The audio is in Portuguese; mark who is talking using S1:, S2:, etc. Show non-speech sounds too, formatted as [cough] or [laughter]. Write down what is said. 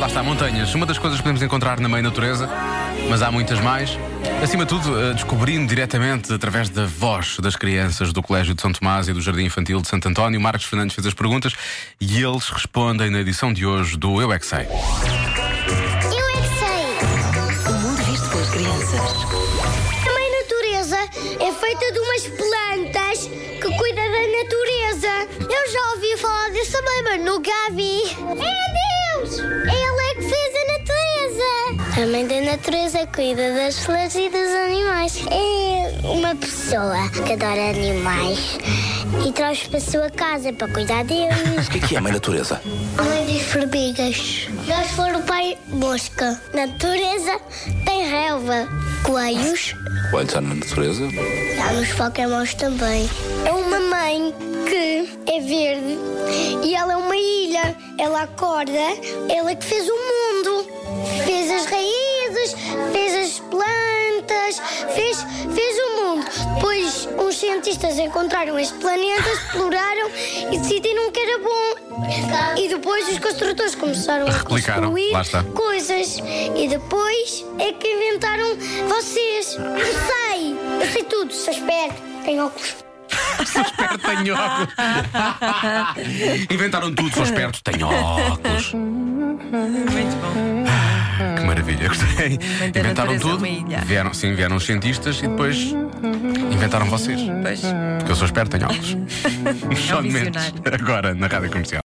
S1: Lá está, montanhas. Uma das coisas que podemos encontrar na meia natureza, mas há muitas mais. Acima de tudo, eh, descobrindo diretamente através da voz das crianças do Colégio de São Tomás e do Jardim Infantil de Santo António, Marcos Fernandes fez as perguntas e eles respondem na edição de hoje do Eu É Que Sei.
S2: Eu é que sei!
S3: O mundo visto pelas crianças.
S2: A mãe natureza é feita de umas plantas que cuida da natureza. Eu já ouvi falar disso também, mas nunca a vi. É Deus! Ela é que fez a natureza! A mãe da natureza cuida das flores e dos animais. É uma pessoa que adora animais e traz para a sua casa para cuidar deles.
S4: O que é que é, mãe natureza?
S2: [laughs] Mãe das formigas. Nós foram pai mosca. Natureza tem relva. Coelhos.
S4: Olha, está na natureza.
S2: Há nos pokémons também. É uma mãe que é verde e ela é uma ilha. Ela acorda, ela é que fez o mundo. Fez as raízes, fez as plantas, fez, fez o mundo. Depois os cientistas encontraram este planeta, exploraram e decidiram que era bom. E depois os construtores começaram a
S1: Replicaram,
S2: construir
S1: lá está.
S2: coisas e depois é que inventaram vocês. Eu sei, eu sei tudo, sou esperto, tenho óculos.
S1: Esperto tem óculos. Inventaram tudo, só esperto tem óculos. Muito bom. Que maravilha, gostei.
S5: Muita
S1: Inventaram
S5: natureza,
S1: tudo.
S5: uma ilha.
S1: Vieram, sim, vieram os cientistas e depois inventaram vocês.
S5: Pois.
S1: Porque eu sou esperto, tenho óculos. Só de menos.
S5: visionário.
S1: Agora, na rádio comercial.